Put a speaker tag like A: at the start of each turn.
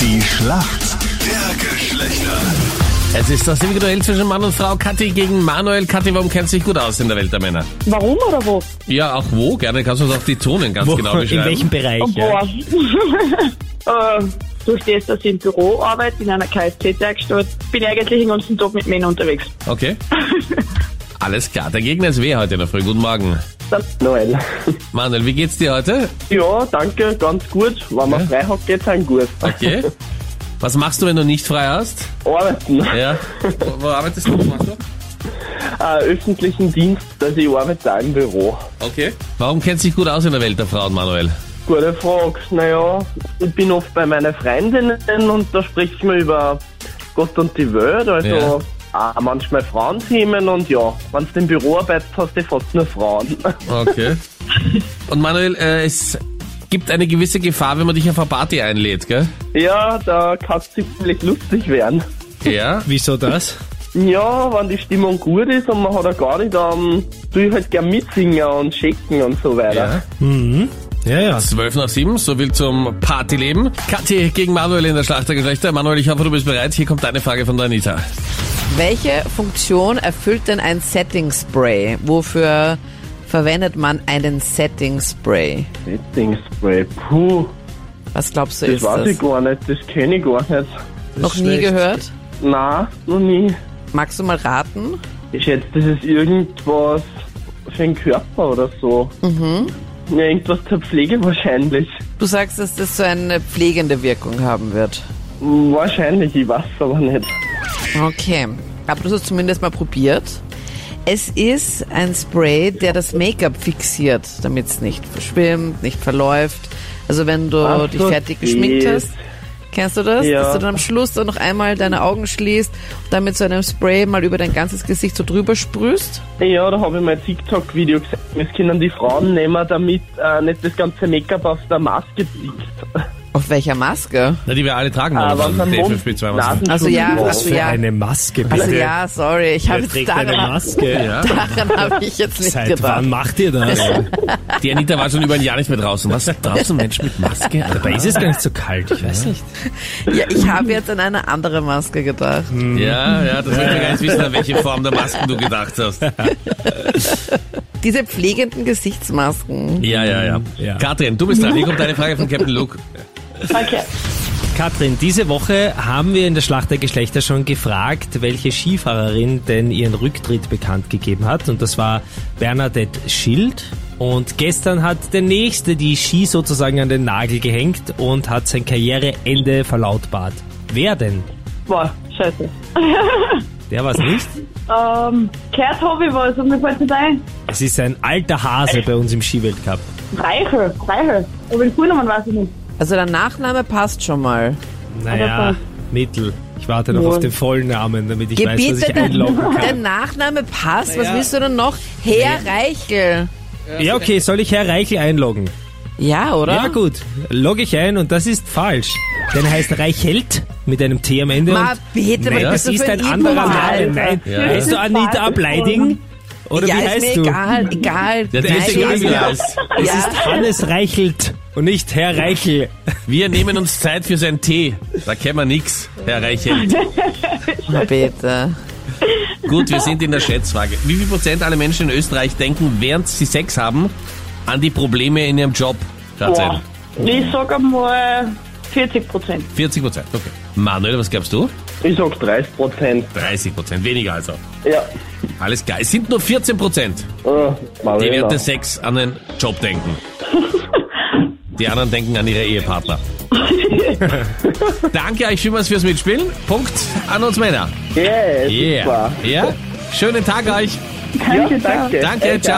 A: Die Schlacht der Geschlechter.
B: Es ist das individuell zwischen Mann und Frau. Kathi gegen Manuel. Kathi, warum kennst du dich gut aus in der Welt der Männer?
C: Warum oder wo?
B: Ja, auch wo? Gerne kannst du uns auch die Zonen ganz genau
D: in
B: beschreiben.
D: welchem Bereich?
C: Oh,
D: Ja.
C: boah. äh, du stehst, dass ich im Büro arbeite, in einer Kfz-Werkstatt. Bin eigentlich den ganzen Tag mit Männern unterwegs.
B: Okay. Alles klar, der Gegner ist wer heute in der Früh. Guten Morgen.
C: Dann,
E: Noel.
B: Manuel, wie geht's dir heute?
E: Ja, danke, ganz gut. Wenn man frei hat, geht's einem gut.
B: Okay. Was machst du, wenn du nicht frei hast?
E: Arbeiten.
B: Ja. Wo, wo arbeitest du? Was machst du?
E: Äh, öffentlichen Dienst, dass ich arbeite auch im Büro.
B: Okay. Warum kennst du dich gut aus in der Welt der Frauen, Manuel?
E: Gute Frage. Naja, ich bin oft bei meinen Freundinnen und da spricht man über Gott und die Welt, also
B: Ja.
E: auch manchmal Frauenthemen und ja, wenn du im Büro arbeitest, hast du fast nur Frauen.
B: Okay. Und Manuel, äh, es gibt eine gewisse Gefahr, wenn man dich auf eine Party einlädt, gell?
E: Ja, da kann's ziemlich lustig werden.
B: Ja.
D: Wieso das?
E: Ja, wenn die Stimmung gut ist und man hat auch gar nicht, dann tue ich halt gern mitsingen und schicken und so weiter.
B: Ja. Mhm.
D: Ja, ja.
B: 12 nach 7, so viel zum Partyleben. Kathi gegen Manuel in der Schlacht der Geschlechter. Manuel, ich hoffe, du bist bereit. Hier kommt eine Frage von der Anita.
F: Welche Funktion erfüllt denn ein Setting Spray? Wofür verwendet man einen Setting Spray?
E: Setting Spray, puh,
F: Was glaubst du,
E: das
F: ist
E: weiß
F: das?
E: ich gar nicht, das kenne ich gar nicht.
F: Noch nie
D: schlecht.
F: gehört?
E: Na, noch nie.
F: Magst du mal raten?
E: Ich schätze, das ist irgendwas für den Körper oder so. Mhm. Ja, irgendwas zur Pflege wahrscheinlich.
F: Du sagst, dass das so eine pflegende Wirkung haben wird.
E: Wahrscheinlich, ich weiß aber nicht.
F: Okay. Aber du hast es zumindest mal probiert. Es ist ein Spray, der das Make-up fixiert, damit es nicht verschwimmt, nicht verläuft. Also wenn du
E: Ach,
F: dich
E: so
F: fertig geschminkt
E: geht's.
F: hast, kennst du das?
E: Ja.
F: Dass du dann am Schluss dann noch einmal deine Augen schließt und dann mit so einem Spray mal über dein ganzes Gesicht so drüber sprühst.
E: Ja, da habe ich mein TikTok-Video gesehen. Das können die Frauen nehmen, damit äh, nicht das ganze Make-up auf der Maske liegt.
F: Auf welcher Maske?
B: Na, die wir alle tragen
E: Äh,
B: wollen.
E: wenn man
B: beim
E: Mund-
B: DFB2 was-
E: Nasenschutz
F: Also ja,
E: braucht.
F: also ja.
D: Eine Maske, bitte.
F: Also ja, also sorry, ich habe
D: Wer
F: jetzt
D: trägt eine
F: daran,
D: Maske?
B: Ja.
F: daran habe ich jetzt nicht
D: Seit
F: gedacht.
D: wann macht ihr das?
B: Die Anita war schon über ein Jahr nicht mehr draußen. Was? Draußen Mensch mit Maske?
D: Dabei ist es gar nicht so kalt, ich weiß nicht.
F: Ja, ich habe jetzt an eine andere Maske gedacht.
D: Hm.
B: Ja, Mhm. ja, das will ich gar nicht wissen, an welche Form der Masken du gedacht hast.
F: Diese pflegenden Gesichtsmasken.
B: Ja, ja, ja.
D: Ja.
B: Mhm. Katrin, du bist dran. Hier kommt eine Frage von Captain Luke.
C: okay.
D: Katrin, diese Woche haben wir in der Schlacht der Geschlechter schon gefragt, welche Skifahrerin denn ihren Rücktritt bekannt gegeben hat. Und das war Bernadette Schild. Und gestern hat der Nächste die Ski sozusagen an den Nagel gehängt und hat sein Karriereende verlautbart. Wer denn?
C: Boah, scheiße.
D: Der war es nicht.
C: Ähm, gehört habe ich was um und mir fällt nicht ein.
D: Es ist ein alter Hase bei uns im Skiweltcup.
C: Reichel, Reichel. Aber den Vornamen weiß ich nicht.
F: Also der Nachname passt schon mal.
D: Naja,
C: Aber
D: Mittel. Ich warte noch
C: Ja.
D: auf den vollen Namen, damit ich weiß, was
F: Gebiete
D: ich
F: der,
D: einloggen
F: der
D: kann.
F: Nachname passt. Was willst du denn noch? Herr Reichel.
D: Ja, okay, soll ich Herr Reichel einloggen?
F: Ja, oder?
D: Ja gut, logge ich ein und das ist falsch. Denn er heißt Reichelt mit einem T am Ende.
F: Ma,
D: und
F: bitte,
D: Nein,
F: was
D: das
F: bist du
D: ist
F: für
D: ein
F: ein
D: anderer Name.
F: Idiot?
D: Nein,
B: Ja.
D: heißt du Anita Ableiding? Oder
F: ja,
D: wie
F: ist
D: heißt
F: mir
D: du?
F: egal, egal.
B: Ja, dir ist
F: Nein,
B: egal, wie er
F: ja.
B: heißt.
D: Es ist Hannes Reichelt und nicht Herr Reichel.
B: Wir nehmen uns Zeit für sein Tee. Da kennen wir nix, Herr Reichelt.
F: Na, bitte.
B: Gut, wir sind in der Schätzfrage. Wie viel Prozent alle Menschen in Österreich denken, während sie Sex haben, an die Probleme in ihrem Job? Katrin.
C: Boah. Ich sag einmal 40 Prozent.
B: 40 Prozent, okay. Manuel, was glaubst du?
E: Ich sag 30 Prozent.
B: 30 Prozent, weniger also.
E: Ja,
B: Alles klar, es sind nur 14 Prozent,
E: äh,
B: die während
E: Marina.
B: des Sex an den Job denken. Die anderen denken an ihre Ehepartner. Danke euch vielmals fürs Mitspielen. Punkt an uns Männer.
E: Yeah,
B: Yeah.
E: super.
B: Ja. Schönen Tag euch.
E: Ja, danke.
B: Danke,
E: Äh,
B: ciao.